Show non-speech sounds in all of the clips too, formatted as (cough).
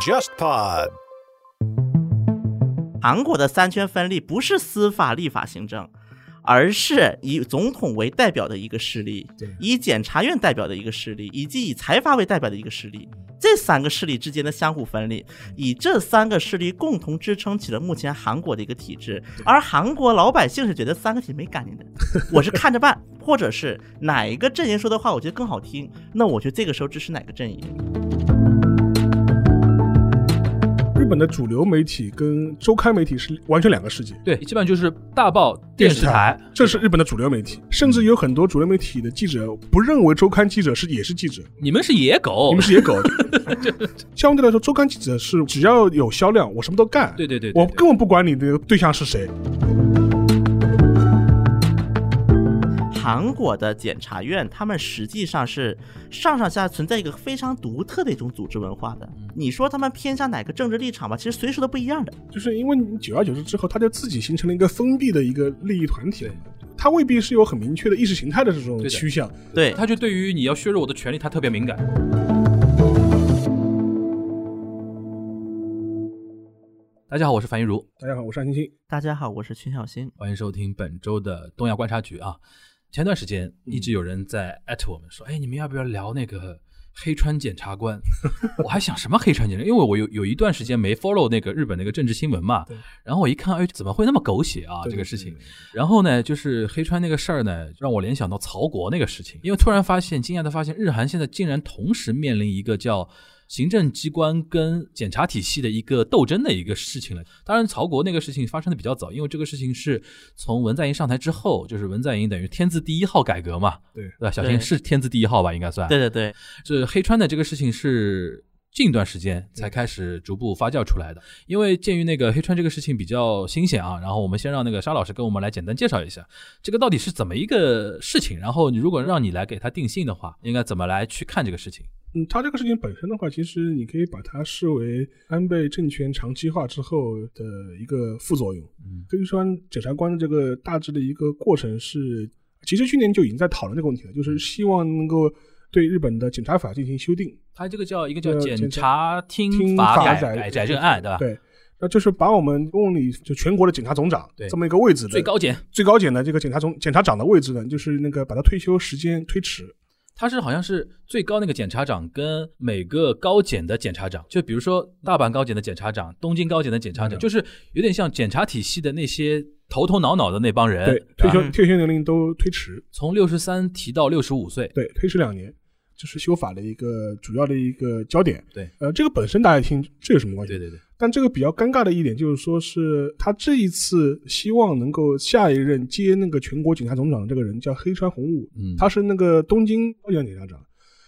JustPod。韩国的三权分立不是司法、立法、行政，而是以总统为代表的一个势力，以检察院代表的一个势力，以及以财阀为代表的一个势力。这三个势力之间的相互分立，以这三个势力共同支撑起了目前韩国的一个体制。而韩国老百姓是觉得三个体没概念的， (laughs) 我是看着办，或者是哪一个阵营说的话我觉得更好听，那我就这个时候支持哪个阵营。日本的主流媒体跟周刊媒体是完全两个世界。对，基本上就是大报、电视台，这是日本的主流媒体，甚至有很多主流媒体的记者不认为周刊记者是也是记者，你们是野狗，你们是野狗。啊 (laughs) 相对来说，周刊记者是只要有销量，我什么都干。对对对对我根本不管你的对象是谁。韩国的检察院，他们实际上是上上下存在一个非常独特的一种组织文化的。嗯你说他们偏向哪个政治立场吧，其实随时都不一样的。就是因为你久而久之之后，他就自己形成了一个封闭的一个利益团体了嘛，他未必是有很明确的意识形态的这种的趋向。对，他就对于你要削弱我的权利，他特别敏感。大家好，我是樊玉茹，大家好，我是安青青，大家好，我是群小新。欢迎收听本周的东亚观察局啊。前段时间一直有人在艾特我们说，哎，你们要不要聊那个黑川检 (laughs) 察官？我还想什么黑川检察官，因为我有有一段时间没 follow 那个日本那个政治新闻嘛对，然后我一看，哎，怎么会那么狗血啊对这个事情？然后呢，就是黑川那个事儿呢，让我联想到曹国那个事情，因为突然发现，惊讶的发现，日韩现在竟然同时面临一个叫。行政机关跟检察体系的一个斗争的一个事情了。当然，曹国那个事情发生的比较早，因为这个事情是从文在寅上台之后，就是文在寅等于天字第一号改革嘛，对对吧？小新对是天字第一号吧，应该算。对对对，这黑川的这个事情是近段时间才开始逐步发酵出来的。因为鉴于那个黑川这个事情比较新鲜啊，然后我们先让那个沙老师跟我们来简单介绍一下这个到底是怎么一个事情，然后你如果让你来给他定性的话，应该怎么来去看这个事情？嗯，他这个事情本身的话，其实你可以把它视为安倍政权长期化之后的一个副作用。嗯，可以说，检察官的这个大致的一个过程是，其实去年就已经在讨论这个问题了，嗯就是希望能够对日本的检察法进行修订。他这个叫一个叫呃检检察厅厅法法改改改改正案，对吧？对，那就是把我们宫里就全国的检察总长对这么一个位置的最高检，最高检的这个检察总检察长的位置呢，就是那个把他退休时间推迟。他是好像是最高那个检察长跟每个高检的检察长，就比如说大阪高检的检察长、东京高检的检察嗯长，就是有点像检察体系的那些头头脑脑的那帮人，对，退吧休嗯退休年龄都推迟，从六十三提到六十五岁，对，推迟两年，这是修法的一个主要的一个焦点。对，呃，这个本身大家一听这有什么关系？对对对，但这个比较尴尬的一点就是说，是他这一次希望能够下一任接那个全国警察总长的这个人叫黑川弘武，嗯，他是那个东京高检检察长。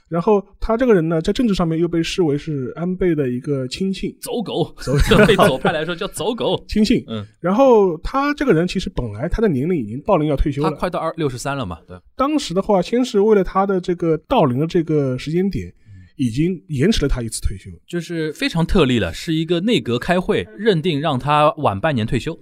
然后他这个人呢，在政治上面又被视为是安倍的一个亲信，走狗，走 (laughs) 对左派来说叫走狗， (laughs) 亲信。嗯，然后他这个人其实本来他的年龄已经到龄要退休他了，快到二六十三了嘛，对，当时的话，先是为了他的这个到龄的这个时间点，嗯已经延迟了他一次退休。就是非常特例了，是一个内阁开会认定让他晚半年退休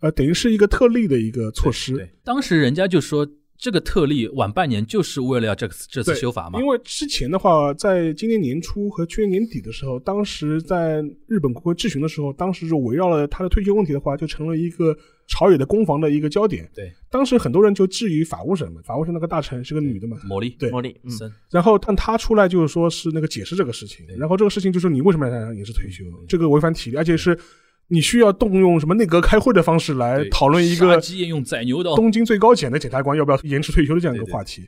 呃，等于是一个特例的一个措对施。，当时人家就说这个特例晚半年就是为了要这次这次对修法嘛因，为之前的话，在今年年初和去年年底的时候，当时在日本国会质询的时候，当时就围绕了他的退休问题的话，就成了一个朝野的攻防的一个焦点。对，当时很多人就质疑法务省嘛，法务省那个大臣是个女的嘛，魔力对茉莉，嗯，森。然后但他出来就是说是那个解释这个事情对，然后这个事情就是你为什么要让他延迟退休？这个违反体例，而且是你需要动用什么内阁开会的方式来对讨论一杀个鸡焉用宰牛刀，东京最高检的检察官要不要延迟退休的这样一个对对话题。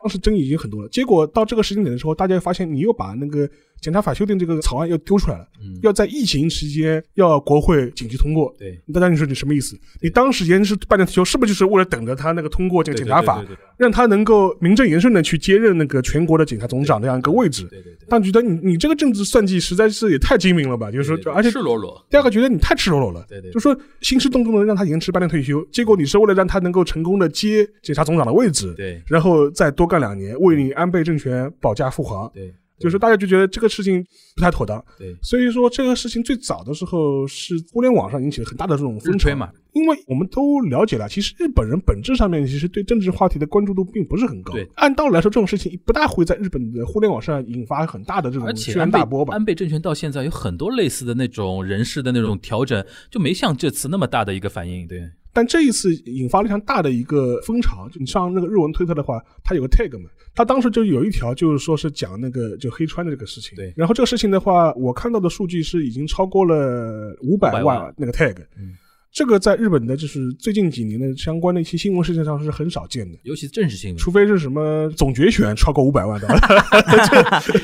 当时争议已经很多了，结果到这个时间点的时候，大家发现你又把那个检察法修订这个草案又丢出来了，嗯要在疫情期间要国会紧急通过。对。大家你说你什么意思？你当时延迟半年退休，是不是就是为了等着他那个通过这个检察法，对对让他能够名正言顺的去接任那个全国的检察总长这样一个位置。对对对对，但觉得你你这个政治算计实在是也太精明了吧？就是说，对对对而且赤裸裸，第二个觉得你太赤裸裸了。对对对就说兴师动众的让他延迟半年退休，结果你是为了让他能够成功的接检察总长的位置，对然后再多干两年，为你安倍政权保驾护航。对，就是大家就觉得这个事情不太妥当，对，所以说这个事情最早的时候是互联网上引起了很大的这种日风吹吹，嘛，因为我们都了解了，其实日本人本质上面其实对政治话题的关注度并不是很高。对按道理来说，这种事情不大会在日本的互联网上引发很大的这而种且嗯轩然安倍大波吧安。倍政权到现在有很多类似的那种人事的那种调整，就没像这次那么大的一个反应。对，但这一次引发了非常大的一个风潮，就你上那个日文推特的话，它有个 tag 嘛，它当时就有一条就是说是讲那个就黑川的这个事情。对然后这个事情的话，我看到的数据是已经超过了五百500万万那个 tag。嗯这个在日本的就是最近几年的相关的一些新闻事件上是很少见的。尤其是政治新闻，除非是什嗯么总决选超过五百万的，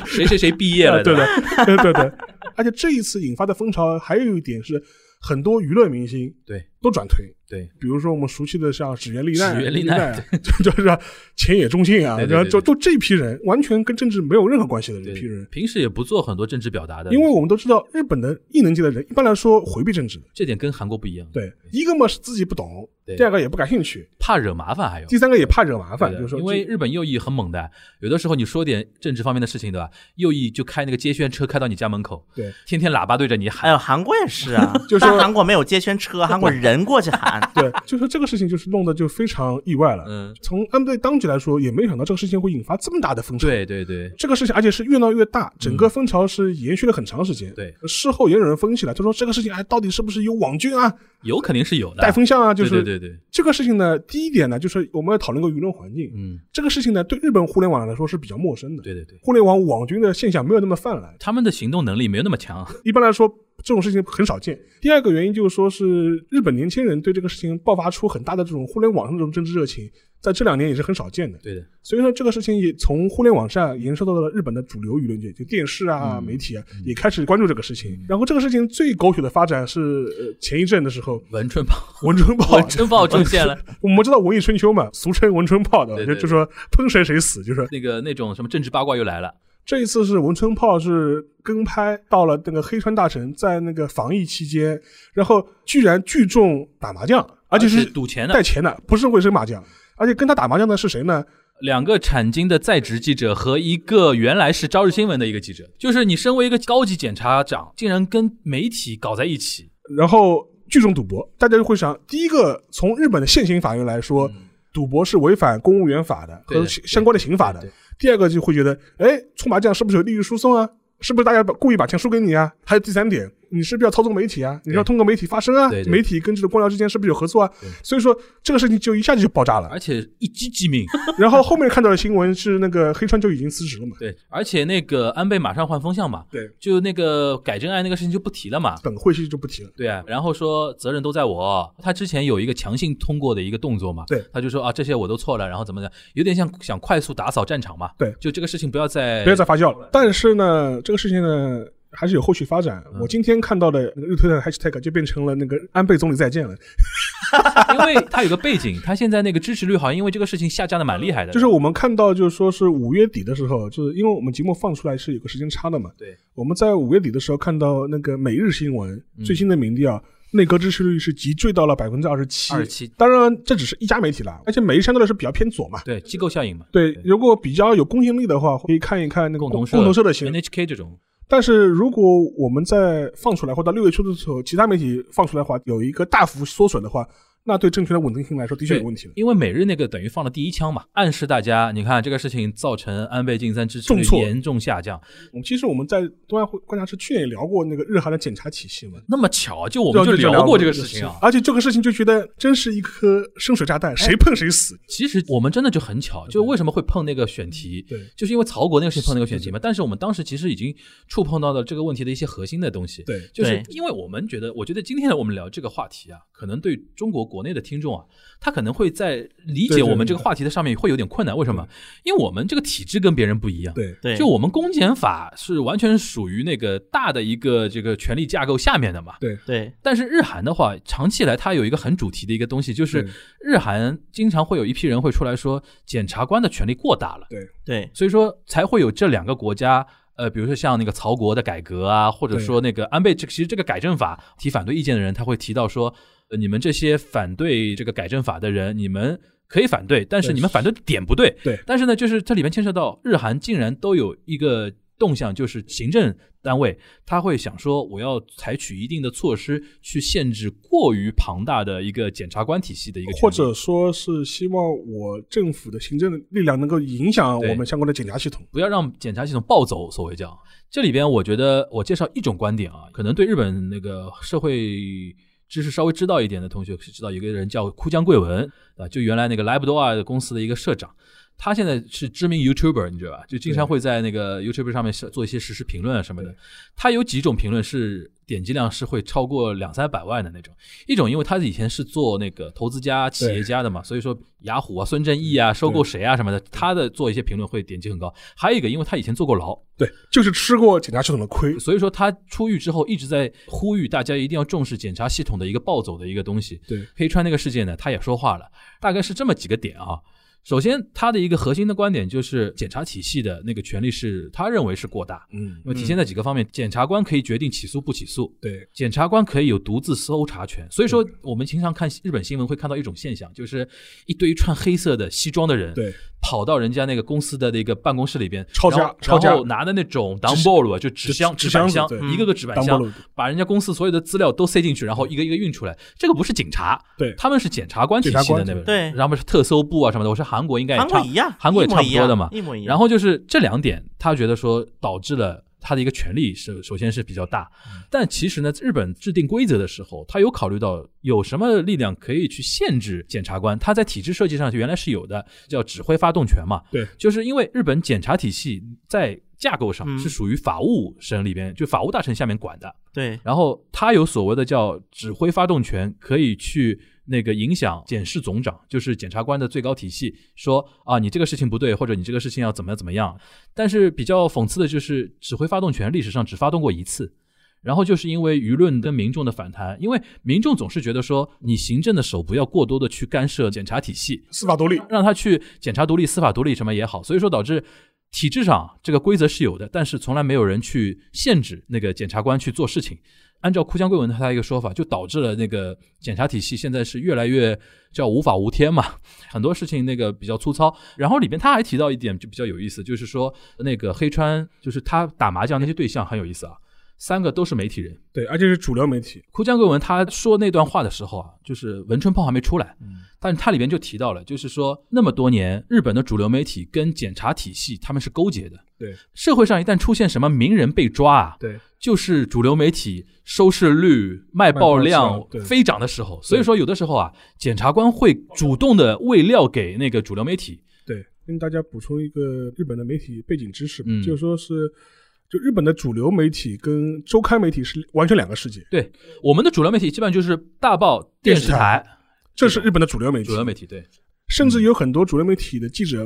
谁谁谁毕业了， (laughs) 对吧？的， (laughs) 对对对。而且这一次引发的风潮还有一点是，很多娱乐明星对都转推，对，比如说我们熟悉的像指原丽奈、指原丽奈奈啊， (laughs) 就就是前野忠信啊，对对对然后就对就这批人完全跟政治没有任何关系的对一批人，平时也不做很多政治表达的，因为我们都知道日本的艺能界的人一般来说回避政治的，这点跟韩国不一样，，对，一个嘛是自己不懂，对第二个也不感兴趣，怕惹麻烦还有。第三个也怕惹麻烦，对就的是说因为这日本右翼很猛的，有的时候你说点政治方面的事情，对吧？右翼就开那个街宣车开到你家门口，对，天天喇叭对着你还哎喊，有韩国也是 (laughs) 啊就，是。但韩国没有街圈车，韩国人过去喊对，就说这个事情就是弄得就非常意外 (laughs) 了。嗯，从安倍当局来说，也没有想到这个事情会引发这么大的风潮。对对对这个事情，而且是越闹越大，整个风潮是延续了很长时间。对，事后也有人分析了，他说这个事情哎，到底是不是有网军啊、有肯定是有的，带风向啊？就是对对对对，这个事情呢，第一点呢，就是我们要讨论个舆论环境。嗯，这个事情呢，对日本互联网来说是比较陌生的。对对对，互联网网军的现象没有那么泛滥，他们的行动能力没有那么强，一般来说这种事情很少见。第二个原因就是说是日本年轻人对这个事情爆发出很大的这种互联网上的这种政治热情，在这两年也是很少见的。对 (laughs) 的，所以说，这个事情也从互联网上延伸到了日本的主流舆论界，就电视啊、嗯媒体啊，也开始关注这个事情。然后，这个事情最狗血的发展是呃前一阵的时 (laughs) 候，文春炮，文春炮。文春炮出现了， (laughs) 我们知道文艺春秋嘛，俗称文春炮的，对就对就说喷谁谁死，就是那个那种什么政治八卦又来了，这一次是文春炮是跟拍到了那个黑川大臣在那个防疫期间，然后居然聚众打麻将，而且是赌钱的嗯带，钱的，不是卫生麻将。而且跟他打麻将的是谁呢？两个产经的在职记者和一个原来是朝日新闻的一个记者，就是你身为一个高级检察长，竟然跟媒体搞在一起，然后聚众赌博，大家就会想，第一个从日本的现行法院来说，赌博是违反公务员法的嗯对和的相相关的刑法的对对。第二个就会觉得，哎，搓麻将是不是有利益输送啊？是不是大家把故意把钱输给你啊？还有第三点，你是不是要操纵媒体啊？你是要通过媒体发声啊对？嗯对媒体跟这个官僚之间是不是有合作啊？所以说这个事情就一下子就爆炸了。 (laughs) 而且一击即命。然后后面看到的新闻是那个黑川就已经辞职了嘛？对，而且那个安倍马上换风向嘛，对，就那个改正案那个事情就不提了嘛。本会系就不提了。对啊，然后说责任都在我。他之前有一个强行通过的一个动作嘛，对，他就说啊这些我都错了，然后怎么的，有点像想快速打扫战场嘛。对就这个事情不要再哎不要再发酵了。但是呢，这个事情呢还是有后续发展。我今天看到的那个日推的 hashtag 就变成了那个安倍总理再见了，因为他有个背景， (laughs) 他现在那个支持率好像因为这个事情下降的蛮厉害的。就是我们看到就是说是五月底的时候，就是因为我们节目放出来是有个时间差的嘛。对，我们在五月底的时候看到那个每日新闻最新的民调。内阁支持率是急坠到了百分之二十七， 27%当然这只是一家媒体啦，而且每一相对来说比较偏左嘛。对机构效应嘛，对，如果比较有公信力的话，可以看一看那个共同社、共同社的新闻。 NHK 这种，但是如果我们在放出来或到六月初的时候，其他媒体放出来的话，有一个大幅缩水的话，那对政权的稳定性来说的确有问题了。因为每日那个等于放了第一枪嘛，暗示大家，你看这个事情造成安倍晋三支持率重挫严重下降。我们其实我们在东亚会观察室去年也聊过那个日韩的检察体系嘛，那么巧，就我们就对啊聊过这个事情啊。哎而且这个事情就觉得真是一颗深水炸弹，谁碰谁死。其实我们真的就很巧，就是为什么会碰那个选题，对就是因为曹国那个事情碰那个选题嘛。但是我们当时其实已经触碰到了这个问题的一些核心的东西，对就是对因为我们觉得，我觉得今天的我们聊这个话题啊，可能对中国国内的听众啊，他可能会在理对解对嗯我们这个话题的上面会有点困难。为什么？因为我们这个体制跟别人不一样，对对，就我们公检法是完全属于那个大的一个这个权力架构下面的嘛。对对但是日韩的话，长期以来它有一个很主题的一个东西，就是对日韩经常会有一批人会出来说，检察官的权力过大了，对对所以说才会有这两个国家。呃，比如说像那个曹国的改革啊，或者说那个安倍这其实这个改正法提反对意见的人，他会提到说，呃你们这些反对这个改正法的人，你们可以反对，但是对你们反对的点不对。对但是呢，就是这里面牵涉到日韩竟然都有一个动向就是行政单位他会想说，我要采取一定的措施去限制过于庞大的一个检察官体系的一个权力或者说是希望我政府的行政力量能够影响对我们相关的检察系统。不要让检察系统暴走，所谓叫这里边，我觉得我介绍一种观点啊，可能对日本那个社会知识稍微知道一点的同学是知道，有个人叫枯江贵文啊，就原来那个莱布多尔公司的一个社长，他现在是知名 YouTuber，你知道吧？就经常会在那个 YouTuber 上面是做一些时事评论啊什么的。他有几种评论是点击量是会超过两三百万的那种，一种因为他以前是做那个投资家、企业家的嘛，所以说雅虎啊、孙正义啊、收购谁啊什么的，他的做一些评论会点击很高。还有一个，因为他以前坐过牢，对，就是吃过检察系统的亏。所以说他出狱之后一直在呼吁大家一定要重视检察系统的一个暴走的一个东西。对，黑川那个事件呢，他也说话了，大概是这么几个点啊。首先，他的一个核心的观点就是检察体系的那个权力是他认为是过大，嗯因，为体现在几个方面，检察官可以决定起诉不起诉，对，检察官可以有独自搜查权。所以说，我们经常看日本新闻会看到一种现象，就是一堆穿黑色的西装的人，对，跑到人家那个公司的那个办公室里边，抄家然后抄家然后拿的那种 d u m b o l 就纸箱、纸纸板箱纸箱子，对嗯一个个纸板 Dumbbell，箱对，把人家公司所有的资料都塞进去，然后一个一个运出来。这个不是警察，对他们是检察官体检察系的官那边，对然后是特搜部啊什么的。我说韩国应该也韩国差一样韩国也一模差不一多的样嘛，一模一样然后就是这两点，他觉得说导致了。他的一个权利是首先是比较大，嗯但其实呢，日本制定规则的时候，他有考虑到有什么力量可以去限制检察官，他在体制设计上原来是有的，叫指挥发动权嘛。对，就是因为日本检察体系在架构上嗯是属于法务省里边，就法务大臣下面管的，对，然后他有所谓的叫指挥发动权，可以去那个影响检事总长，就是检察官的最高体系，说啊你这个事情不对，或者你这个事情要怎么样怎么样。但是比较讽刺的就是，指挥发动权历史上只发动过一次。然后就是因为舆论跟民众的反弹，因为民众总是觉得说，你行政的手不要过多的去干涉检察体系，司法独立。让他去检查独立、司法独立什么也好，所以说导致体制上这个规则是有的，但是从来没有人去限制那个检察官去做事情。按照枯江贵文他一个说法，就导致了那个检察体系现在是越来越叫无法无天嘛，很多事情那个比较粗糙。然后里边他还提到一点就比较有意思，就是说那个黑川就是他打麻将那些对象很有意思啊，三个都是媒体人，对，而且是主流媒体。枯江贵文他说那段话的时候啊，就是文春炮还没出来，嗯但是他里边就提到了，就是说那么多年日本的主流媒体跟检察体系他们是勾结的，对社会上一旦出现什么名人被抓啊，对就是主流媒体收视率、卖爆卖量爆量对飞涨的时候，所以说有的时候啊，检察官会主动的喂料给那个主流媒体，对，跟大家补充一个日本的媒体背景知识吧，嗯就是说是，就日本的主流媒体跟周刊媒体是完全两个世界，对我们的主流媒体基本上就是大报、电视电视台、这是日本的主流媒体。嗯主流媒体，对。甚至有很多主流媒体的记者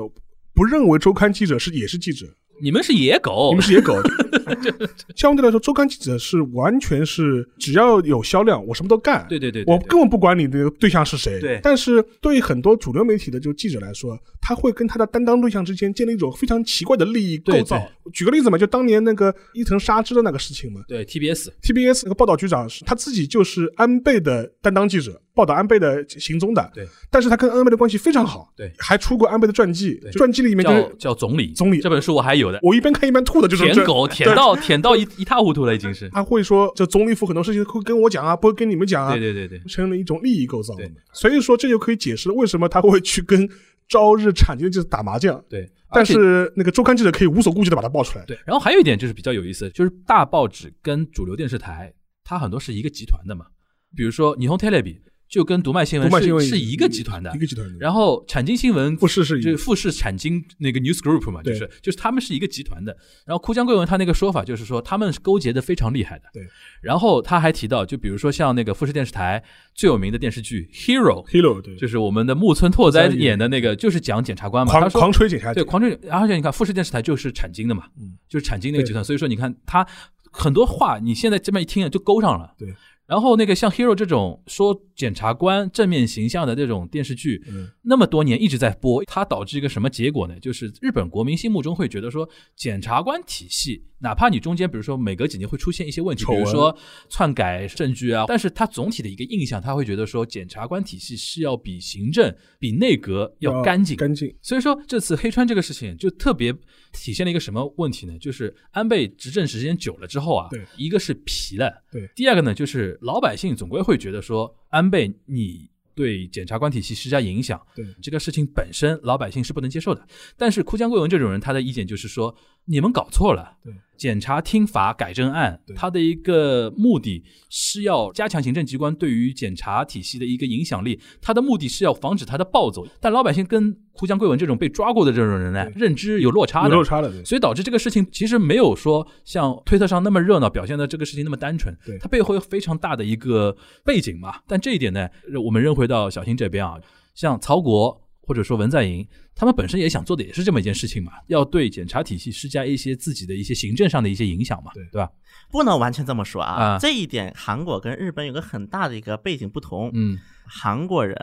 不认为周刊记者是也是记者，你们是野狗，你们是野狗。 (laughs) 相对来说，周刊记者是完全是只要有销量，我什么都干。对对对对我根本不管你的对象是谁。对但是对很多主流媒体的就记者来说，他会跟他的担当对象之间建立一种非常奇怪的利益构造对。举个例子嘛，就当年那个伊藤沙织的那个事情嘛。对 TBS， TBS 那个报道局长是他自己就是安倍的担当记者，报道安倍的行踪的。对，但是他跟安倍的关系非常好，对还出过安倍的传记对，传记里面就叫是叫总理，总理这本书我还有的，我一边看一边吐的，就是舔这狗舔。对到舔到一一塌糊涂了，已经是。他会说，这总理府很多事情会跟我讲啊，不会跟你们讲啊，对对对对，成了一种利益构造嘛对。所以说，这就可以解释了为什么他会去跟朝日产经的记者打麻将，对，但而且是那个周刊记者可以无所顾忌的把它爆出来。对，然后还有一点就是比较有意思，就是大报纸跟主流电视台，它很多是一个集团的嘛，比如说霓虹 Telebi 就跟读卖新闻读卖新闻是是一个集团的一，个集团的。然后产经新闻富士是一就个是富士产经那个 News Group 嘛，就对是就是他们是一个集团的。然后枯江贵文他那个说法就是说他们是勾结的非常厉害的。对。然后他还提到，就比如说像那个富士电视台最有名的电视剧《Hero》， Hero 对，就是我们的木村拓哉演的那个，就是讲检察官嘛。他狂说狂吹警察对嗯局，狂追，而且你看富士电视台就是产经的嘛，就是产经那个集团，所以说你看他很多话，你现在这么一听就勾上了。对，然后那个像 Hero 这种说检察官正面形象的这种电视剧，嗯那么多年一直在播，它导致一个什么结果呢？就是日本国民心目中会觉得说，检察官体系，哪怕你中间比如说每隔几年会出现一些问题，丑比闻如说篡改证据啊，但是它总体的一个印象，他会觉得说，检察官体系是要比行政、比内阁要干净。干净，所以说这次黑川这个事情就特别体现了一个什么问题呢？就是安倍执政时间久了之后啊，对一个是疲了，对第二个呢就是老百姓总归会觉得说安倍你。对检察官体系施加影响，对这个事情本身老百姓是不能接受的。但是哭江贵文这种人，他的意见就是说，你们搞错了。对，检察厅法改正案对，它的一个目的是要加强行政机关对于检察体系的一个影响力，它的目的是要防止它的暴走。但老百姓跟胡江贵文这种被抓过的这种人呢，认知有落差有的，落差了，对，所以导致这个事情其实没有说像推特上那么热闹，表现的这个事情那么单纯对，它背后有非常大的一个背景嘛。但这一点呢，我们扔回到小新这边啊，像曹国或者说文在寅，他们本身也想做的也是这么一件事情嘛，要对检察体系施加一些自己的一些行政上的一些影响嘛，对对吧？不能完全这么说啊。啊这一点，韩国跟日本有个很大的一个背景不同。嗯，韩国人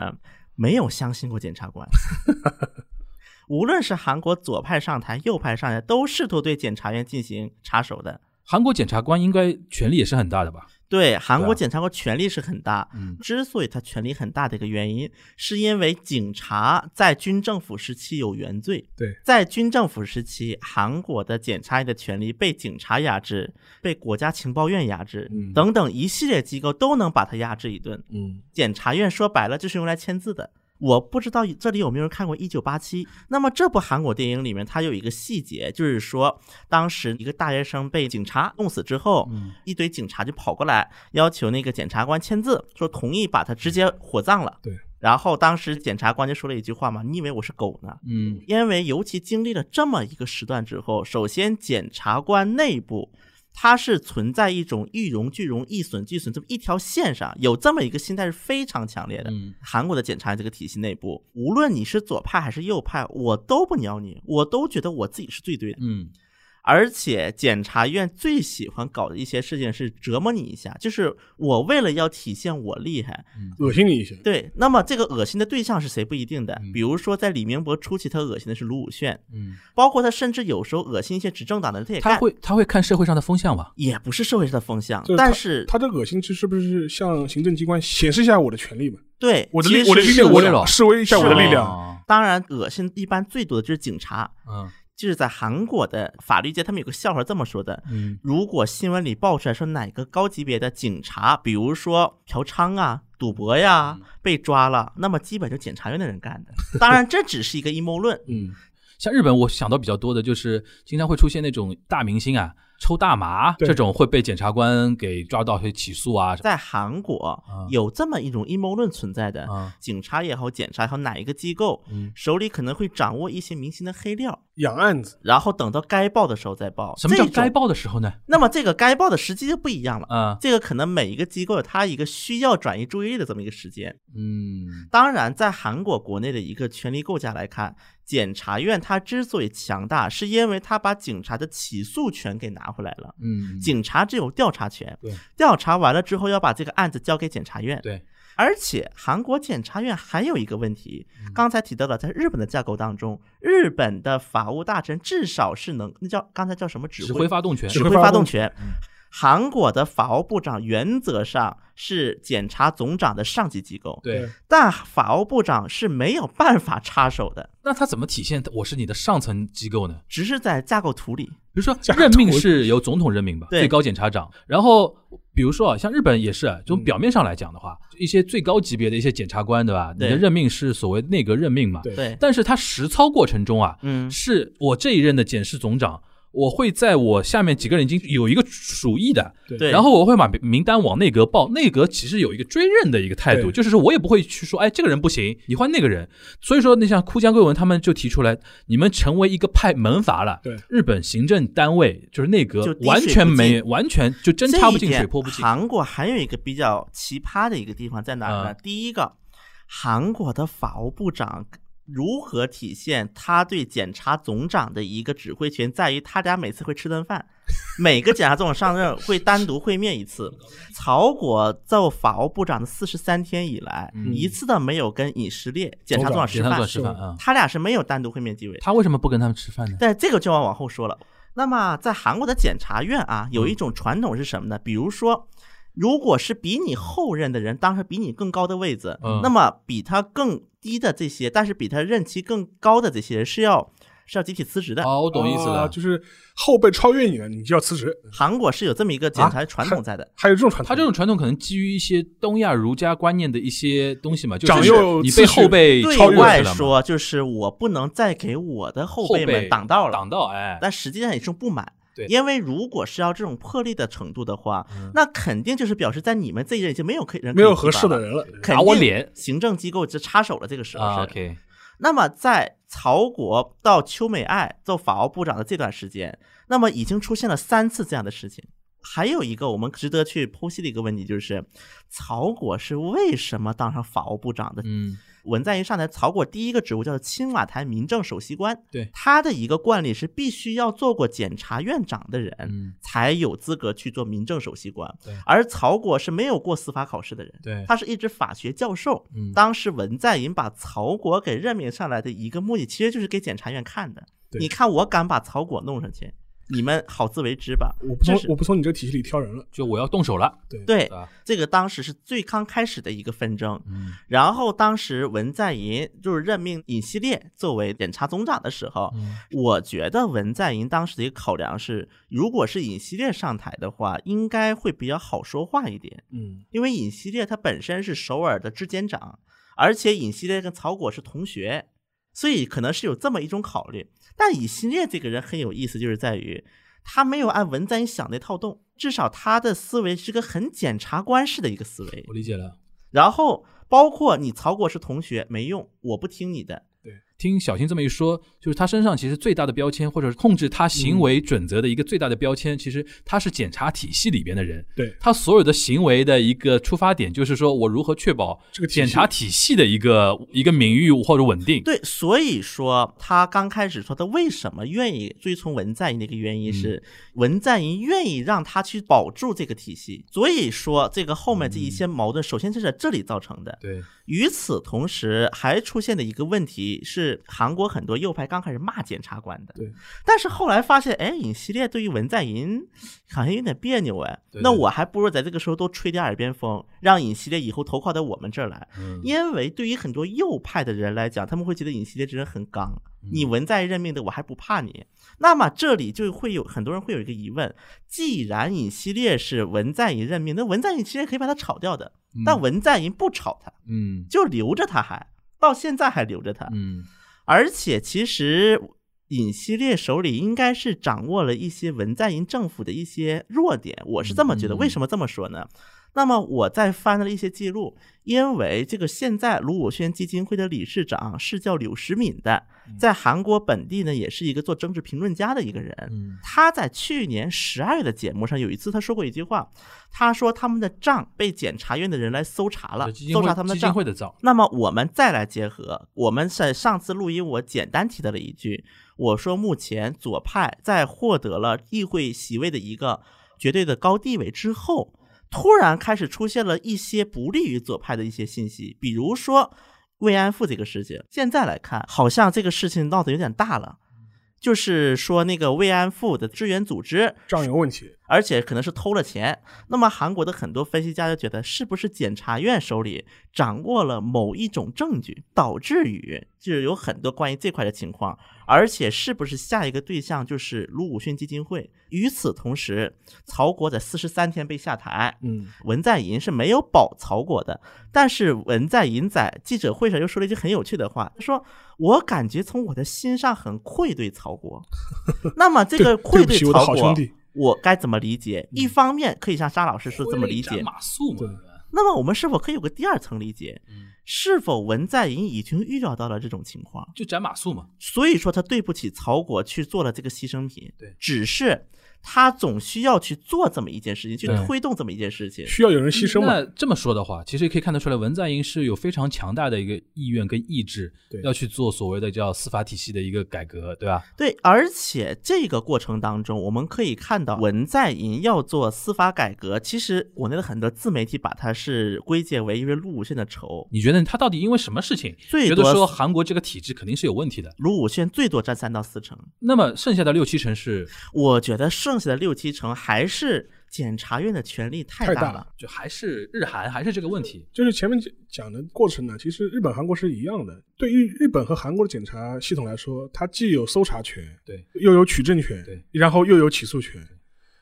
没有相信过检察 (laughs) 官，无论是韩国左派上台、右派上台，都试图对检察院进行插手的。韩国检察官应该权力也是很大的吧？对韩对国啊检察官权力是很大，嗯之所以他权力很大的一个原因，是因为警察在军政府时期有原罪。对，在军政府时期，韩国的检察院的权力被警察压制，被国家情报院压制，嗯等等一系列机构都能把他压制一顿。嗯，检察院说白了就是用来签字的。我不知道这里有没有人看过《一九八七》。那么这部韩国电影里面，它有一个细节，就是说，当时一个大学生被警察弄死之后，一堆警察就跑过来要求那个检察官签字，说同意把他直接火葬了。对。然后当时检察官就说了一句话嘛：“你以为我是狗呢？”嗯因为尤其经历了这么一个时段之后，首先检察官内部它是存在一种一荣俱荣、一损俱损这么一条线上，有这么一个心态是非常强烈的。嗯韩国的检察院这个体系内部，无论你是左派还是右派，我都不鸟你，我都觉得我自己是最对的。嗯，而且检察院最喜欢搞的一些事情是折磨你一下，就是我为了要体现我厉害，恶心你一下，对，那么这个恶心的对象是谁不一定的，比如说在李明博初期，他恶心的是卢武铉，嗯，包括他甚至有时候恶心一些执政党的人，他也他干，会他会看社会上的风向吧？也不是社会上的风向就是，但是他这恶心是是不是向行政机关显示一下我的权利嘛？对我的其力，实我的力是量，我示威了的示威一下我的力量，哦，当然，恶心一般最多的就是警察，嗯就是在韩国的法律界，他们有个笑话这么说的：嗯如果新闻里爆出来说哪个高级别的警察，比如说嫖娼啊、赌博呀、嗯被抓了，那么基本就检察院的人干的。当然，这只是一个阴谋 (laughs) 论。嗯，像日本，我想到比较多的就是经常会出现那种大明星啊抽大麻对这种会被检察官给抓到去起诉啊。在韩国啊有这么一种阴谋论存在的，啊警察也好，检察也好，哪一个机构、嗯手里可能会掌握一些明星的黑料，养案子，然后等到该报的时候再报。什么叫这种该？报的时候呢？那么这个该报的时机就不一样了。啊这个可能每一个机构有它一个需要转移注意力的这么一个时间。嗯当然，在韩国国内的一个权力构架来看，检察院它之所以强大，是因为它把警察的起诉权给拿回来了。嗯，警察只有调查权对，调查完了之后要把这个案子交给检察院。对，而且韩国检察院还有一个问题，嗯刚才提到了，在日本的架构当中，日本的法务大臣至少是能那叫刚才叫什么指指挥挥发动权指指挥挥发发动动权。嗯韩国的法务部长原则上是检察总长的上级机构，对。但法务部长是没有办法插手的，那他怎么体现我是你的上层机构呢？只是在架构图里。比如说假任命图是由总统任命吧，对最高检察长。然后比如说啊，像日本也是啊，从嗯表面上来讲的话，一些最高级别的一些检察官，对吧？你的对任命是所谓内阁任命嘛。对对，但是他实操过程中啊，嗯，是我这一任的检视总长，我会在我下面几个人已经有一个鼠疫的，对然后我会把名单往内阁报，内阁其实有一个追认的一个态度，对就是说我也不会去说，哎，这个人不行，你换那个人。所以说，那像枯江贵文他们就提出来，你们成为一个派门阀了。对日本行政单位就是内阁就滴水不进完全没完全就针这插一不进点水泼不进。韩国还有一个比较奇葩的一个地方在哪儿呢？嗯第一个，韩国的法务部长如何体现他对检察总长的一个指挥权，在于他俩每次会吃顿 (laughs) 饭，每个检察总长上任会单独会面一次。曹国做法务部长的四十三天以来，嗯一次都没有跟以色列检察总长吃给他饭做，吃饭啊。他俩是没有单独会面纪委的。他为什么不跟他们吃饭呢？但这个就要往后说了。那么在韩国的检察院啊，嗯有一种传统是什么呢？比如说，如果是比你后任的人，当时比你更高的位子，嗯那么比他更低的这些，但是比他任期更高的这些人是要是要集体辞职的。哦，我懂意思啊了，就是后辈超越你了，你就要辞职。韩国是有这么一个检察传统在啊的。还有这种传统，他这种传统可能基于一些东亚儒家观念的一些东西嘛，就长是幼你次被序后辈对超越外了嘛说，就是我不能再给我的后后辈们挡道了，挡道，哎，但实际上也是不满。对嗯因为如果是要这种破例的程度的话，那肯定就是表示在你们这一任已经没有可以人可没以有提合拔适的了，人了。肯打我定脸行政机构就插手了这个时候是。啊，OK，那么在曹国到邱美爱做法务部长的这段时间，那么已经出现了三次这样的事情。还有一个我们值得去剖析的一个问题就是，曹国是为什么当上法务部长的？嗯，文在寅上台，曹国第一个职务叫做青瓦台民政首席官。对他的一个惯例是必须要做过检察院长的人，嗯才有资格去做民政首席官。对而曹国是没有过司法考试的人，对他是一直法学教授。嗯当时文在寅把曹国给任命上来的一个目的，其实就是给检察院看的。对你看我敢把曹国弄上去，你们好自为之吧。我不从这是我不从你这个体系里挑人了。就我要动手了，对吧，这个当时是最刚开始的一个纷争。嗯然后当时文在寅就是任命尹锡烈作为检察总长的时嗯候，我觉得文在寅当时的一个考量是，如果是尹锡烈上台的话，应该会比较好说话一点，嗯，因为尹锡烈他本身是首尔的质检长，而且尹锡烈跟曹果是同学，所以可能是有这么一种考虑。但尹锡烈这个人很有意思，就是在于他没有按文在寅想那套动，至少他的思维是个很检察官式的一个思维我。理解了。然后包括你曹果是同学没用，我不听你的。听小新这么一说，就是他身上其实最大的标签，或者是控制他行为准则的一个最大的标签，其实他是检察体系里边的人。对他所有的行为的一个出发点，就是说我如何确保这个体系检察体系的一个一个名誉或者稳定。对，所以说他刚开始说他为什么愿意追从文在寅的一个原因是，文在寅愿意让他去保住这个体系。所以说这个后面这一些矛盾，首先是在这里造成的。对，嗯与此同时，还出现的一个问题是，韩国很多右派刚开始骂检察官的，对，但是后来发现，哎，尹锡烈对于文在寅好像有点别扭，哎对，那我还不如在这个时候多吹点耳边风，让尹锡烈以后投靠到我们这儿来，因为对于很多右派的人来讲，他们会觉得尹锡烈这人很刚，你文在寅任命的，我还不怕你。那么这里就会有很多人会有一个疑问：既然尹锡烈是文在寅任命，那文在寅其实可以把他炒掉的，但文在寅不炒他。嗯就留着他还，到现在还留着他。嗯，而且其实尹锡烈手里应该是掌握了一些文在寅政府的一些弱点，我是这么觉得。嗯为什么这么说呢？那么我在翻了一些记录，因为这个现在卢武铉基金会的理事长是叫柳时敏的，嗯在韩国本地呢也是一个做政治评论家的一个人。嗯他在去年十二月的节目上有一次他说过一句话，他说他们的账被检察院的人来搜查了，这基金搜查他会们的基金账。会的账，那么我们再来结合，我们在上次录音我简单提到了一句，我说目前左派在获得了议会席位的一个绝对的高地位之后，突然开始出现了一些不利于左派的一些信息，比如说慰安妇这个事情，现在来看好像这个事情闹得有点大了。就是说，那个慰安妇的支援组织账有问题，而且可能是偷了钱。那么韩国的很多分析家就觉得，是不是检察院手里掌握了某一种证据，导致于就是有很多关于这块的情况，而且是不是下一个对象就是卢武铉基金会？与此同时，曹国在四十三天被下台，嗯，文在寅是没有保曹国的，但是文在寅在记者会上又说了一句很有趣的话，他说：“我感觉从我的心上很愧对曹 (laughs) 国。”那么这个对愧对不起我的曹好国兄弟，嗯我该怎么理解？一方面可以像沙老师说这么理解，马谡嘛，对那么我们是否可以有个第二层理解？嗯是否文在寅已经预料到了这种情况？就斩马谡嘛，所以说他对不起曹国去做了这个牺牲品。对只是他总需要去做这么一件事情，去对推动这么一件事情。需要有人牺牲嘛？那这么说的话，其实也可以看得出来，文在寅是有非常强大的一个意愿跟意志对，要去做所谓的叫司法体系的一个改革，对吧？对，而且这个过程当中，我们可以看到文在寅要做司法改革，其实国内的很多自媒体把它是归结为因为陆武铉的仇，你觉得他到底因为什么事情，最觉得多说韩国这个体制肯定是有问题的？卢武铉最多占三到四成，那么剩下的六七成是我觉得剩下的六七成还是检察院的权力太太大大了了。就还是日韩还是这个问题？就是前面讲的过程呢，其实日本、韩国是一样的。对于日本和韩国的检察系统来说，它既有搜查权，对，又有取证权，对，然后又有起诉权。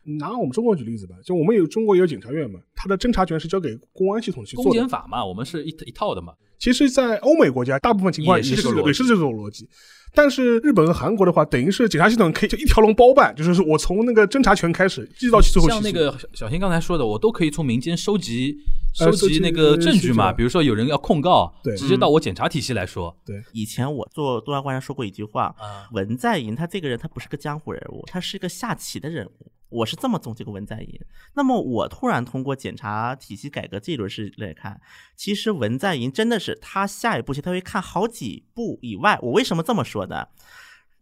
拿我们中国举例子吧，就我们有中国也有检察院嘛，它的侦查权是交给公安系统去公做的检。法嘛，我们是一一套的嘛。其实，在欧美国家，大部分情况也是这这个逻辑也是这种逻辑。但是日本和韩国的话，等于是检察系统可以就一条龙包办，就是说我从那个侦查权开始，一直到最后起像诉。那个小小新刚才说的，我都可以从民间收集呃收集那收个集证据证嘛，据比如说有人要控告，对嗯直接到我检察体系来说。以前我做东亚观察说过一句话，啊，文在寅他这个人他不是个江湖人物，他是个下棋的人物。我是这么总结过文在寅。那么我突然通过检察体系改革这一轮事来看，其实文在寅真的是他下一步棋他会看好几步以外。我为什么这么说呢？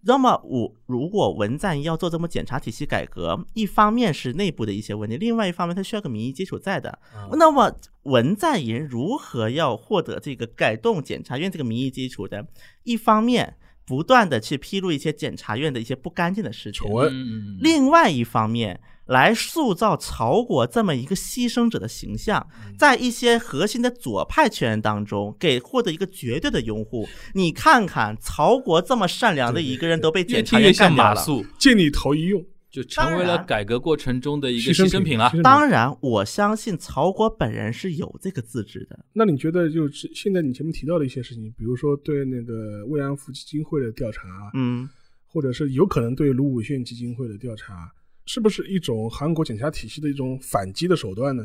那么我如果文在寅要做这么检察体系改革，一方面是内部的一些问题，另外一方面他需要个民意基础在的。那么文在寅如何要获得这个改动检察院这个民意基础的？一方面不断的去披露一些检察院的一些不干净的事情，丑闻，嗯嗯嗯，另外一方面来塑造曹国这么一个牺牲者的形象，嗯在一些核心的左派圈当中，给获得一个绝对的拥护。你看看曹国这么善良的一个人都被越检察听越院像干掉马了。谡，借你头一用，就成为当了然改革过程中的一个牺牲品了牺。牲当然，我相信曹国本人是有这个自知的。那你觉得就是现在你前面提到的一些事情，比如说对那个慰安妇基金会的调查，嗯，或者是有可能对卢武铉基金会的调查，是不是一种韩国检察体系的一种反击的手段呢？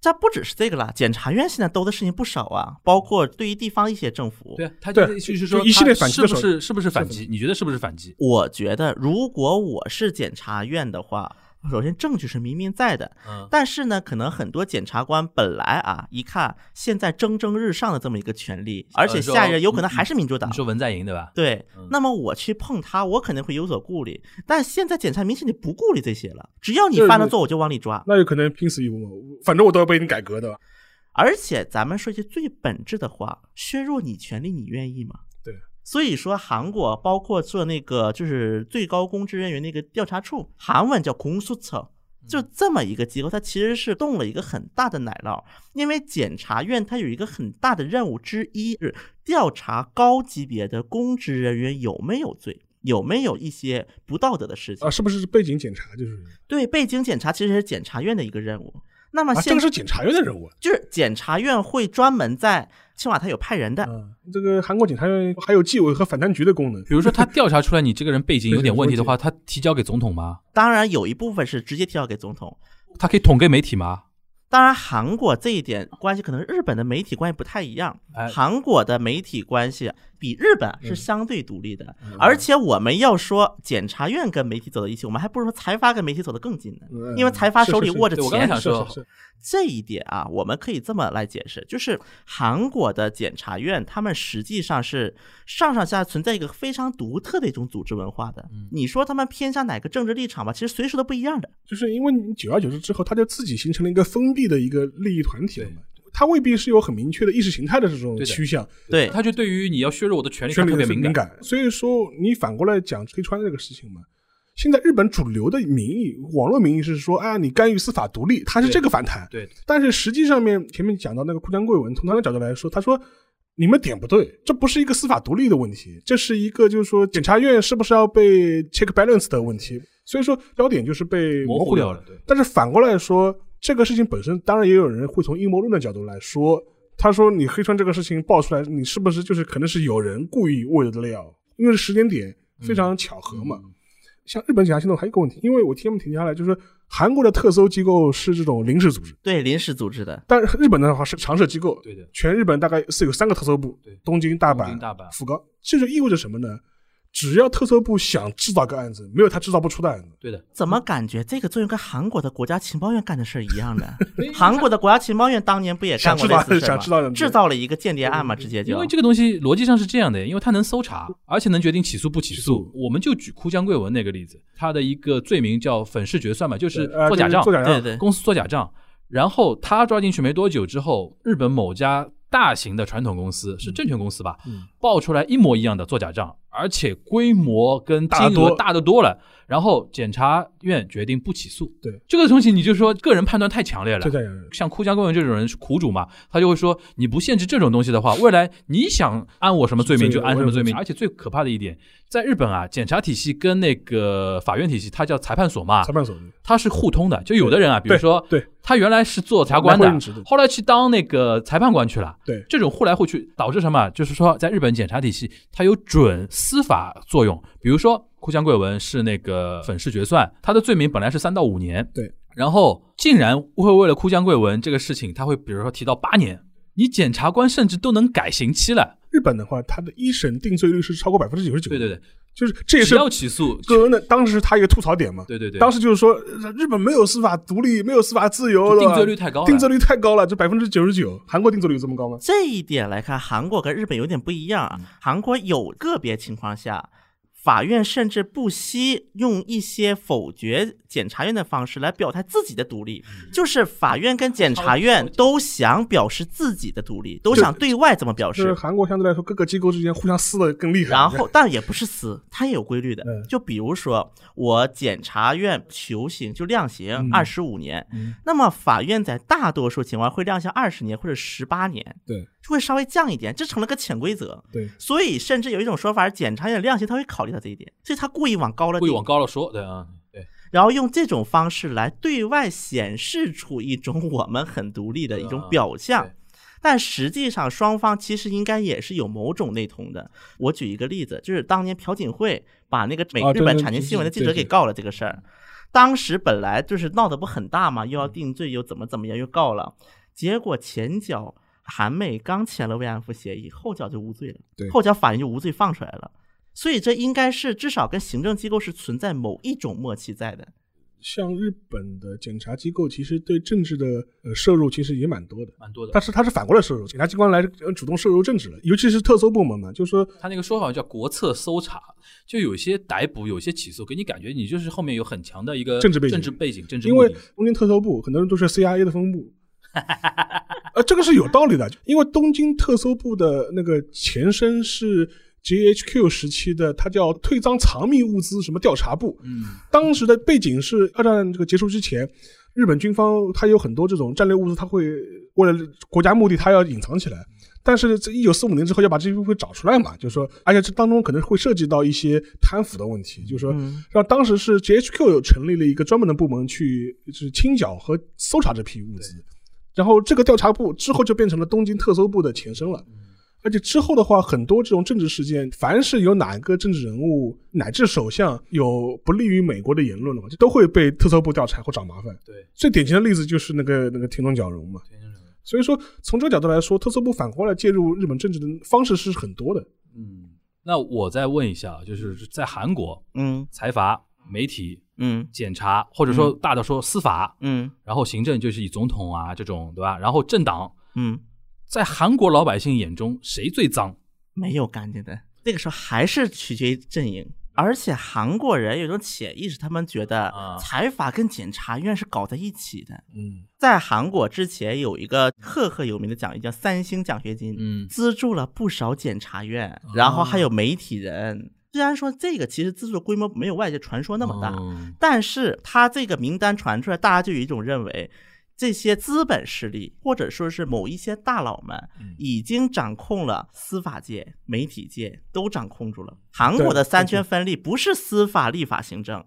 这不只是这个啦，检察院现在兜的事情不少啊，包括对于地方一些政府。对啊，他对就是就就是说一系列他反击是的不手段是是不是反击？你觉得是不是反击？我觉得，如果我是检察院的话，首先证据是明明在的，嗯，但是呢，可能很多检察官本来啊，一看现在蒸蒸日上的这么一个权利，而且下一任有可能还是民主党呃你。说文在寅对吧？对嗯，那么我去碰他，我肯定会有所顾虑。但现在检察明显你不顾虑这些了，只要你对犯了对错，我就往里抓。那有可能拼死一搏嘛，反正我都要被你改革的。而且咱们说一句最本质的话，削弱你权利，你愿意吗？对。所以说，韩国包括做那个就是最高公职人员那个调查处，韩文叫공수처，就嗯这么一个机构，它其实是动了一个很大的奶酪，因为检察院它有一个很大的任务之一是调查高级别的公职人员有没有罪，有没有一些不道德的事情啊，。是不是背景检查就是对，背景检查其实是检察院的一个任务。那么啊？这现个在是检察院的任务啊。就是检察院会专门在青瓦台有派人的，嗯，这个韩国检察院还有纪委和反贪局的功能。比如说他调查出来你这个人背景有点问题的话，他提交给总统吗？当然有一部分是直接提交给总统。他可以捅给媒体吗？当然，韩国这一点关系可能日本的媒体关系不太一样哎，嗯韩国的媒体关系比日本是相对独立的，而且我们要说检察院跟媒体走到一起，我们还不如说财阀跟媒体走得更近呢，嗯因为财阀手里是是是握着对我刚才钱想，是说是是，这一点啊，我们可以这么来解释，就是韩国的检察院，他们实际上是上上下存在一个非常独特的一种组织文化的。嗯你说他们偏向哪个政治立场吧，其实随时都不一样的。就是因为你久而久之之后，他就自己形成了一个封闭的一个利益团体了嘛。他未必是有很明确的意识形态的这种对的趋向，对，他就对于你要削弱我的权利，他权力特别很敏敏感。感。所以说，你反过来讲黑川这个事情嘛，现在日本主流的民意，网络民意是说啊，你干预司法独立，它是对这个反弹。对，但是实际上面前面讲到那个库江贵文，从他的角度来说，他说你们点不对，这不是一个司法独立的问题，这是一个就是说检察院是不是要被 check balance 的问题。所以说焦点就是被模模糊糊掉了了。。对，但是反过来说，这个事情本身，当然也有人会从阴谋论的角度来说，他说你黑川这个事情爆出来，你是不是就是可能是有人故意为了料，因为时间点非常巧合嘛。像日本警察系统还有一个问题，因为我听他们停下来，就是韩国的特搜机构是这种临时组织，对，临时组织的。但是日本的话是常设机构，对的全日本大概是有三个特搜部对，东京、大东阪、京大阪福冈，这就意味着什么呢？只要特搜部想制造个案子，没有他制造不出的案子。对的，怎么嗯感觉这个作用跟韩国的国家情报院干的事儿一样呢？韩国的国家情报院当年不也干过类似事儿想知道吗？想知道嗯制造了一个间谍案嘛，直接就因为这个东西逻辑上是这样的，因为它能搜查，而且能决定起诉不起诉。我们就举哭江贵文那个例子，他的一个罪名叫粉饰决算嘛，就是呃做假账，做假对账，对，公司做假账。然后他抓进去没多久之后，日本某家大型的传统公司是证券公司吧，嗯爆出来一模一样的做假账，而且规模跟大得金额多大得多了。然后检察院决定不起诉。对这个东西，你就说个人判断太强烈了做。假账。像哭江公园这种人是苦主嘛，他就会说，你不限制这种东西的话，未来你想按我什么罪名这就个按什么罪名。我而且最可怕的一点，在日本啊，检察体系跟那个法院体系，它叫裁判所嘛裁，判所它是互通的。就有的人啊，啊比如说，对他原来是做察官来回任职的的，后来去当那个裁判官去了。对这种互来互去导致什么啊？就是说，在日本检察体系，它有准司法作用。比如说，哭江贵文是那个粉饰决算，他的罪名本来是三到五年，对，然后竟然会为了哭江贵文这个事情，他会比如说提到八年，你检察官甚至都能改刑期了。日本的话，他的一审定罪率是超过百分之九十九。对对，对，就是这也只是要起诉，戈恩的当时他一个吐槽点嘛。对对对，当时就是说，呃日本没有司法独立，没有司法自由，就对吧定罪率太高了定罪率太高了，就百分之九十九。韩国定罪率有这么高吗？嗯这一点来看，韩国跟日本有点不一样啊。韩国有个别情况下，法院甚至不惜用一些否决检察院的方式来表态自己的独立，嗯就是法院跟检察院都想表示自己的独立，都想对外怎么表就是示。韩国相对来说各个机构之间互相撕的更厉害。然 (laughs) 后，但也不是死，它也有规律的嗯。就比如说，我检察院求刑就量嗯刑二十五年，那么法院在大多数情况会量刑二十年或者十八年，对就会稍微降一点，这成了个潜规则。对，所以甚至有一种说法，检察院量刑他会考虑到这一点，所以他故意往高了故定意，往高了说，对啊，对。然后用这种方式来对外显示出一种我们很独立的一种表象。啊对但实际上，双方其实应该也是有某种内通的。我举一个例子，就是当年朴槿惠把那个美啊对日本对产经对新闻的对记者对给告了这个事儿，当时本来就是闹得不很大嘛，又要嗯定罪，又怎么怎么样，又告了，结果前脚韩美刚签了慰安妇协议，后脚就无罪了，对后脚法院就无罪放出来了。所以这应该是至少跟行政机构是存在某一种默契在的。像日本的检察机构其实对政治的呃摄入其实也蛮多的，蛮多的。但是它是反过来摄入，检察机关来呃主动摄入政治了，尤其是特搜部门嘛，就是说他那个说法叫国策搜查，就有些逮捕，有些起诉，给你感觉你就是后面有很强的一个政治背景政治背景、政治因目的为东京特搜部很多人都是 CIA 的分部。呃，这个是有道理的，因为东京特搜部的那个前身是 GHQ 时期的，它叫退赃藏匿物资什么调查部。嗯，当时的背景是二战这个结束之前，日本军方它有很多这种战略物资，它会为了国家目的，它要隐藏起来。但是这一九四五年之后要把这些部分找出来嘛，就是说，而且这当中可能会涉及到一些贪腐的问题，就是说，让当时是 GHQ 有成立了一个专门的部门去就是清剿和搜查这批物资，然后这个调查部之后就变成了东京特搜部的前身了。而且之后的话，很多这种政治事件，凡是有哪个政治人物乃至首相有不利于美国的言论的话，就都会被特搜部调查或找麻烦。对，最典型的例子就是那个那个田中角荣嘛。天生人所以说，从这个角度来说，特搜部反过来介入日本政治的方式是很多的。嗯，那我再问一下，啊就是在韩国，嗯财阀、媒体、嗯检察，或者说大的说司法，嗯然后行政就是以总统啊这种，对吧？然后政党，嗯，在韩国老百姓眼中谁最脏？没有干净的。那个时候还是取决于阵营，而且韩国人有一种潜意识，他们觉得啊财阀跟检察院是搞在一起的。嗯在韩国之前有一个赫赫有名的奖励叫三星奖学金，嗯哦资助了不少检察院，然后还有媒体人。虽然说这个其实资助的规模没有外界传说那么大，嗯但是他这个名单传出来，大家就有一种认为，这些资本势力或者说是某一些大佬们嗯已经掌控了司法界、媒体界，都掌控住了。韩国的三权分立不是司法、立法、行政。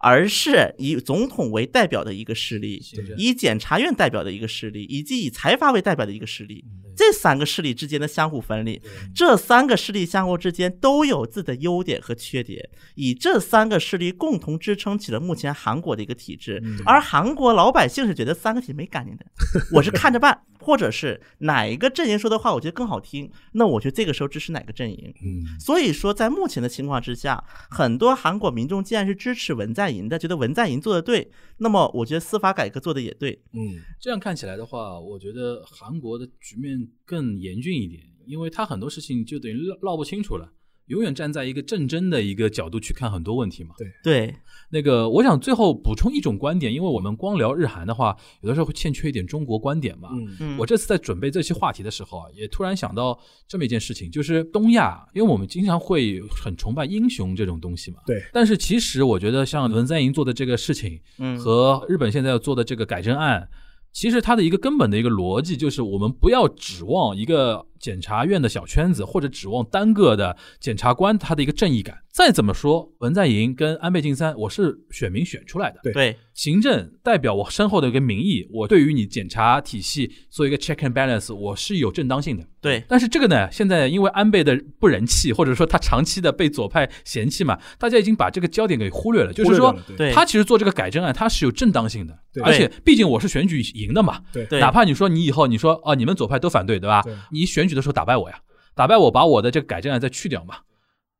而是以总统为代表的一个势力行政，以检察院代表的一个势力，以及以财阀为代表的一个势力，这三个势力之间的相互分立，这三个势力相互之间都有自己的优点和缺点，以这三个势力共同支撑起了目前韩国的一个体制。而韩国老百姓是觉得三个体没干净的，我是看着办，或者是哪一个阵营说的话我觉得更好听，那我就这个时候支持哪个阵营。嗯，所以说，在目前的情况之下，很多韩国民众既然是支持文在寅的，觉得文在寅做的对，那么我觉得司法改革做的也对。嗯，这样看起来的话，我觉得韩国的局面更严峻一点，因为他很多事情就等于闹闹不清楚了，永远站在一个战争的一个角度去看很多问题嘛。对，那个，我想最后补充一种观点，因为我们光聊日韩的话，有的时候会欠缺一点中国观点嘛。嗯嗯，我这次在准备这期话题的时候啊，也突然想到这么一件事情，就是东亚，因为我们经常会很崇拜英雄这种东西嘛。对。但是其实我觉得，像文在寅做的这个事情，嗯和日本现在要做的这个改正案，其实它的一个根本的一个逻辑就是，我们不要指望一个检察院的小圈子，或者指望单个的检察官他的一个正义感。再怎么说，文在寅跟安倍晋三，我是选民选出来的，对对行政代表我身后的一个民意，我对于你检察体系做一个 check and balance，我是有正当性的。对但是这个呢，现在因为安倍的不人气，或者说他长期的被左派嫌弃嘛，大家已经把这个焦点给忽略了，就是忽略说掉了对对，他其实做这个改正案，他是有正当性的，对而且毕竟我是选举赢的嘛，对对哪怕你说你以后你说啊，你们左派都反对，对吧对？你选举的时候打败我呀，打败我把我的这个改正案再去掉嘛。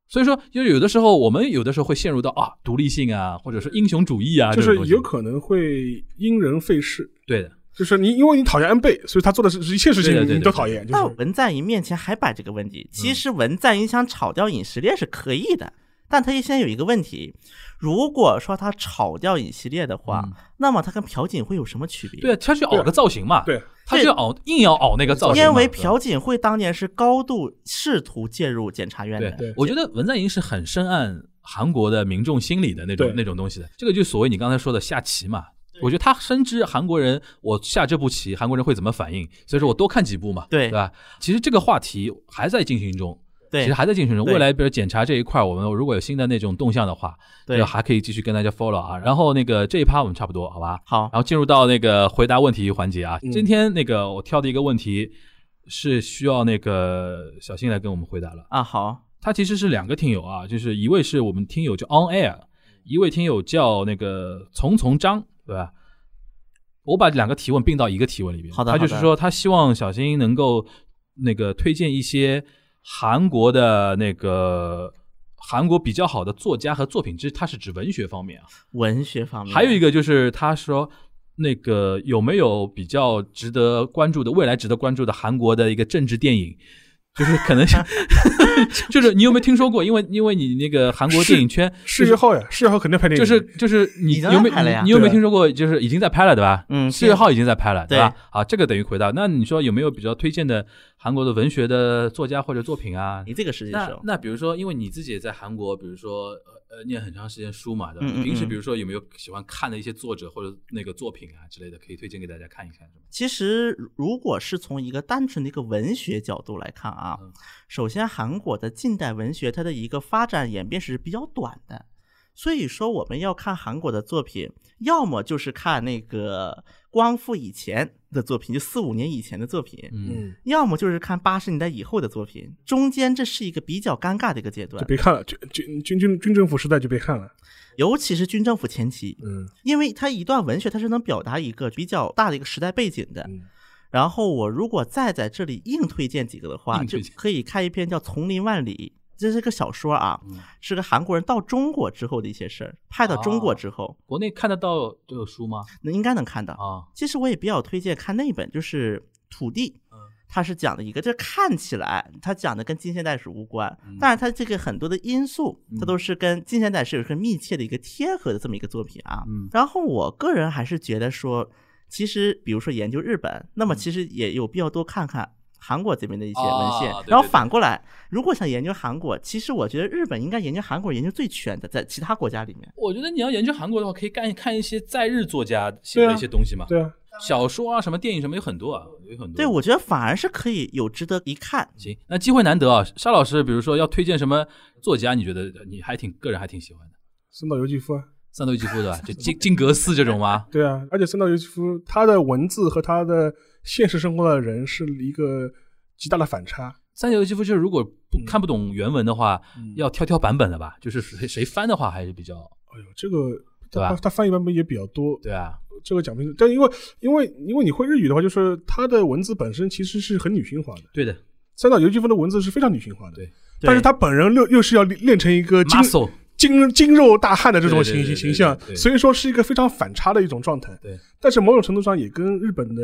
所以说，就有的时候我们有的时候会陷入到啊独立性啊，或者是英雄主义啊，就是有可可能会因人废事，对的，就是你因为你讨厌安倍，所以他做的是一切事情对对对你都讨厌，就到是文在寅面前还摆这个问题。嗯其实文在寅想炒掉尹锡烈是可以的，但他现在有一个问题，如果说他炒掉尹锡烈的话，那么他跟朴槿惠有什么区别？嗯对，啊他去熬个造型嘛，对，他就熬硬要熬那个造型嘛，啊因为朴槿惠当年是高度试图介入检察院的，对对，我觉得文在寅是很深谙韩国的民众心理的那种对那种东西的。这个就所谓你刚才说的下棋嘛，我觉得他深知韩国人，我下这步棋韩国人会怎么反应，所以说我多看几步嘛，对对吧？其实这个话题还在进行中。对其实还在进行中。对未来比如检查这一块，我们如果有新的那种动向的话，对就还可以继续跟大家 follow 啊。然后那个这一趴我们差不多，好吧？好然后进入到那个回答问题环节啊。嗯今天那个我挑的一个问题是需要那个小新来跟我们回答了。啊，好，他其实是两个听友啊，就是一位是我们听友叫 On Air，一位听友叫那个从从张，对吧？我把两个提问并到一个提问里边。好的他就好是的说他希望小新能够那个推荐一些韩国的那个韩国比较好的作家和作品，这他是指文学方面啊。文学方面还有一个个就是他说。那个有没有比较值得关注的未来值得关注的韩国的一个政治电影？就是可 (laughs) 能就是你有没有听说过？因为因为你那个韩国电影圈四月号呀，四月号肯定拍电影，就是就是你已经有没在拍了有呀你有没有对听说过？就是已经在拍了对吧？嗯四月号已经在拍了对吧？啊，这个等于回答。那你说有没有比较推荐的韩国的文学的作家或者作品啊？你这个实习那生，那比如说，因为你自己也在韩国，比如说呃呃念很长时间书嘛，对吧？嗯嗯平时嗯比如说有没有喜欢看的一些作者或者那个作品啊之类的，可以推荐给大家看一看，是吗？其实如果是从一个单纯的一个文学角度来看啊嗯，首先韩国的近代文学它的一个发展演变是比较短的，所以说我们要看韩国的作品，要么就是看那个光复以前的作品，就四五年以前的作品，嗯，嗯，要么就是看八十年代以后的作品，中间这是一个比较尴尬的一个阶段就，别看了，军军军军军政府时代就别看了，尤其是军政府前期，嗯因为它一段文学它是能表达一个比较大的一个时代背景的。嗯然后我如果再在这里硬推荐几个的话，硬就推荐可以看一篇叫《丛林万里》，这是个小说啊，嗯是个韩国人到中国之后的一些事儿，派到中哦国之后，国内看得到这个 (laughs) 书吗？那应该能看到。啊，其实我也比较推荐看那本，就是《土地》嗯，它是讲的一个，这看起来它讲的跟近现代史无关，嗯但是它这个很多的因素，它都是跟近现代史有一个密切的一个贴合的这么一个作品啊。嗯然后我个人还是觉得说，其实比如说研究日本，那么其嗯实也有必要多看看。韩国这边的一些文献，啊对然后对对反过来，如果想研究韩国，其实我觉得日本应该研究韩国研究最全的，在其他国家里面。我觉得你要研究韩国的话，可以看看一些在日作家写对的啊一些东西嘛，对啊，小说啊，什么电影什么有很多啊，有很多。对，我觉得反而是可以有值得一看，行，那机会难得啊，沙老师，比如说要推荐什么作家，你觉得你还挺个人还挺喜欢的？森岛由纪夫啊，三斗一夫对吧？就金金格斯这种吗？对啊，而且森岛由纪夫他的文字和他的现实生活的人是一个极大的反差，哎三九肌肤就是如果不嗯看不懂原文的话，嗯要挑挑版本的吧，就是谁谁翻的话还是比较哎呦，这个对吧他他翻译版本也比较多，对啊，这个讲不清楚。但因为因为因为你会日语的话，就是它的文字本身其实是很女性化的。对的三岛由纪夫的文字是非常女性化的，对但是对他本人又又是要练练成一个精，muscle，精精肉大汉的这种对对形对对形象对对，对所以说是一个非常反差的一种状态。对，但是某种程度上也跟日本的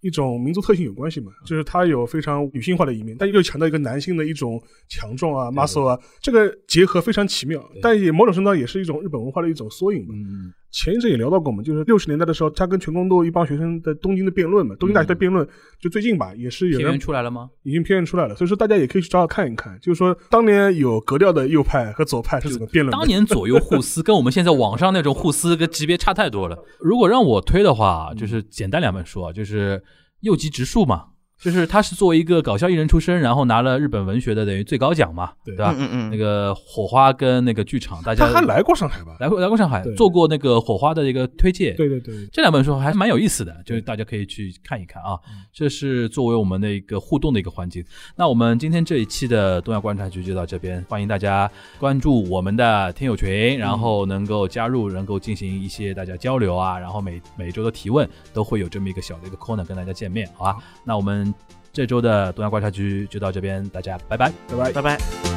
一种民族特性有关系嗯嘛，就是它有非常女性化的一面，但又强调一个男性的一种强壮啊、muscle 啊，这个结合非常奇妙，但也某种程度上也是一种日本文化的一种缩影吧。嗯，前一阵也聊到过嘛，就是六十年代的时候，他跟全工斗一帮学生在东京的辩论嘛，东京大嗯学的辩论，就最近吧，也是有片人源出来了吗？已经辨认出来了，所以说大家也可以去找找看一看，就是说当年有格调的右派和左派是怎么辩论的。当年左右互撕，跟我们现在网上那种互撕跟级别差太多了。如果让我推的话，就是简单两本书啊，就是右吉直树嘛，就是他是作为一个搞笑艺人出身，然后拿了日本文学的等于最高奖嘛，对对吧？嗯嗯啊那个火花跟那个剧场，大家他还来过上海吧？来过来过上海对，做过那个火花的一个推介。对对对，这两本书还蛮有意思的，就是大家可以去看一看啊。这是作为我们的一个互动的一个环节。那我们今天这一期的东亚观察局就到这边，欢迎大家关注我们的听友群，然后能够加入，能够进行一些大家交流啊，然后每每周的提问都会有这么一个小的一个 corner 跟大家见面，好吧？那我们这周的东亚观察局就到这边，大家拜拜。拜拜嗯，。拜拜。